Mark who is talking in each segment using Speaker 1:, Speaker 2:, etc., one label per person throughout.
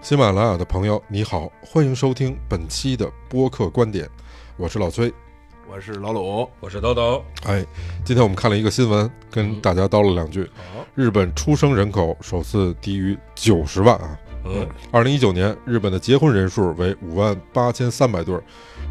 Speaker 1: 喜马拉雅的朋友，你好，欢迎收听本期的播客观点，我是老崔。
Speaker 2: 我是老鲁，
Speaker 3: 我是豆豆，
Speaker 1: 哎，今天我们看了一个新闻，跟大家叨了两句。
Speaker 2: 好，
Speaker 1: 日本出生人口首次低于九十万啊！
Speaker 3: 嗯，
Speaker 1: 二零一九年日本的结婚人数为五万八千三百对儿，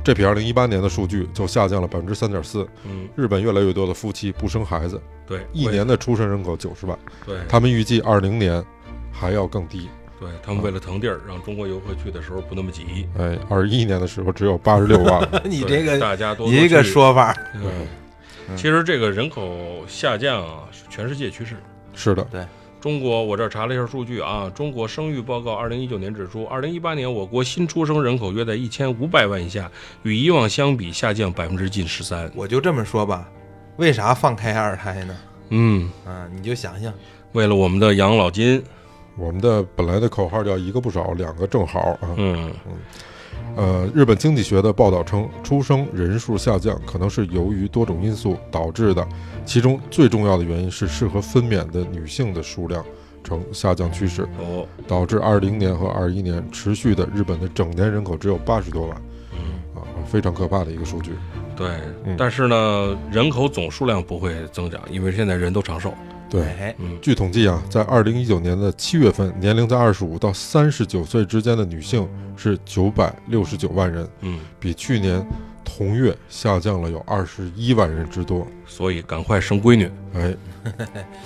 Speaker 1: 这比二零一八年的数据就下降了百分之三点四。
Speaker 3: 嗯，
Speaker 1: 日本越来越多的夫妻不生孩子，
Speaker 3: 对，
Speaker 1: 一
Speaker 3: 为
Speaker 1: 年的出生人口九十万，
Speaker 3: 对
Speaker 1: 他们预计二零年还要更低。
Speaker 3: 对，他们为了腾地儿，让中国游客去的时候不那么挤。
Speaker 1: 哎，二一年的时候只有八十六万。
Speaker 2: 你
Speaker 3: 对
Speaker 2: 这个
Speaker 3: 大家多
Speaker 2: 你这个，说法，
Speaker 3: 多去嗯其实这个人口下降啊，是全世界趋势。
Speaker 1: 是的，
Speaker 3: 中国，我这儿查了一下数据啊，中国生育报告二零一九年指出，二零一八年我国新出生人口约在一千五百万以下，与以往相比下降百分之近十三。
Speaker 2: 我就这么说吧，为啥放开二胎呢？
Speaker 3: 嗯，
Speaker 2: 啊，你就想想，
Speaker 3: 为了我们的养老金，
Speaker 1: 我们的本来的口号叫一个不少，两个正好啊。
Speaker 3: 嗯，
Speaker 1: 呃，日本经济学的报道称，出生人数下降可能是由于多种因素导致的，其中最重要的原因是适合分娩的女性的数量呈下降趋
Speaker 2: 嗯
Speaker 1: 势，
Speaker 3: 哦，
Speaker 1: 导致二零年和二一年持续的日本的整年人口只有八十多万，
Speaker 3: 嗯
Speaker 1: 啊，非常可怕的一个数据。
Speaker 3: 对
Speaker 1: 嗯，
Speaker 3: 但是呢，人口总数量不会增长，因为现在人都长寿。嗯
Speaker 1: 对，
Speaker 2: 哎，
Speaker 1: 据统计啊，在二零一九年的七月份，年龄在二十五到三十九岁之间的女性是九百六十九万人，
Speaker 3: 嗯，
Speaker 1: 比去年同月下降了有二十一万人之多。
Speaker 3: 所以赶快生闺女。
Speaker 1: 哎，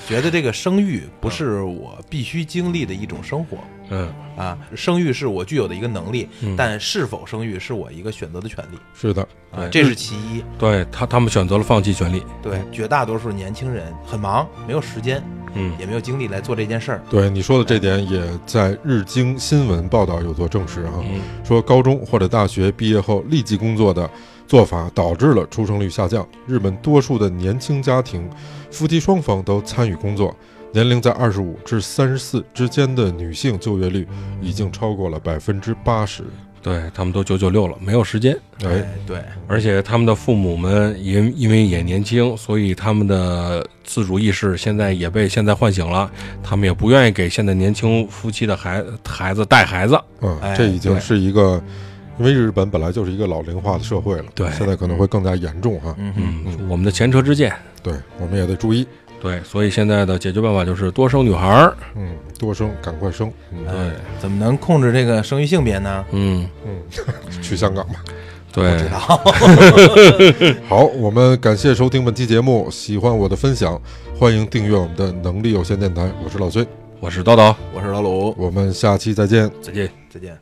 Speaker 2: 觉得这个生育不是我必须经历的一种生活
Speaker 3: 嗯，
Speaker 2: 啊，生育是我具有的一个能力，
Speaker 3: 嗯
Speaker 2: 但是否生育是我一个选择的权利
Speaker 1: 是的，
Speaker 2: 啊
Speaker 3: 对，
Speaker 2: 这是其一。
Speaker 3: 对他，他们选择了放弃权利。
Speaker 2: 对，绝大多数年轻人很忙，没有时间，
Speaker 3: 嗯，
Speaker 2: 也没有精力来做这件事儿。
Speaker 1: 对你说的这点也在日经新闻报道有做证实啊，
Speaker 3: 嗯
Speaker 1: 说高中或者大学毕业后立即工作的做法导致了出生率下降。日本多数的年轻家庭，夫妻双方都参与工作，年龄在二十五至三十四之间的女性就业率已经超过了百分之八十。
Speaker 3: 对他们都九九六了，没有时间，
Speaker 1: 哎，，
Speaker 2: 对，
Speaker 3: 而且他们的父母们也因为也年轻，所以他们的自主意识现在也被现在唤醒了，他们也不愿意给现在年轻夫妻的孩孩子带孩子。
Speaker 1: 嗯，
Speaker 2: 哎
Speaker 1: 这已经
Speaker 2: 对
Speaker 1: 是一个，因为日本本来就是一个老龄化的社会了，
Speaker 3: 对
Speaker 1: 现在可能会更加严重哈。
Speaker 2: 嗯哼，
Speaker 3: 嗯，我们的前车之鉴。
Speaker 1: 对，我们也得注意，
Speaker 3: 对，所以现在的解决办法就是多生女孩儿。
Speaker 1: 嗯，多生，赶快生，嗯，
Speaker 2: 哎，怎么能控制这个生育性别呢？
Speaker 3: 嗯，
Speaker 1: 去香港吧。
Speaker 3: 对，
Speaker 2: 知道。
Speaker 1: 好，我们感谢收听本期节目，喜欢我的分享，欢迎订阅我们的能力有限电台，我是老崔，
Speaker 3: 我是叨叨，
Speaker 2: 我是老鲁，
Speaker 1: 我们下期再见。
Speaker 3: 再见。
Speaker 2: 再见。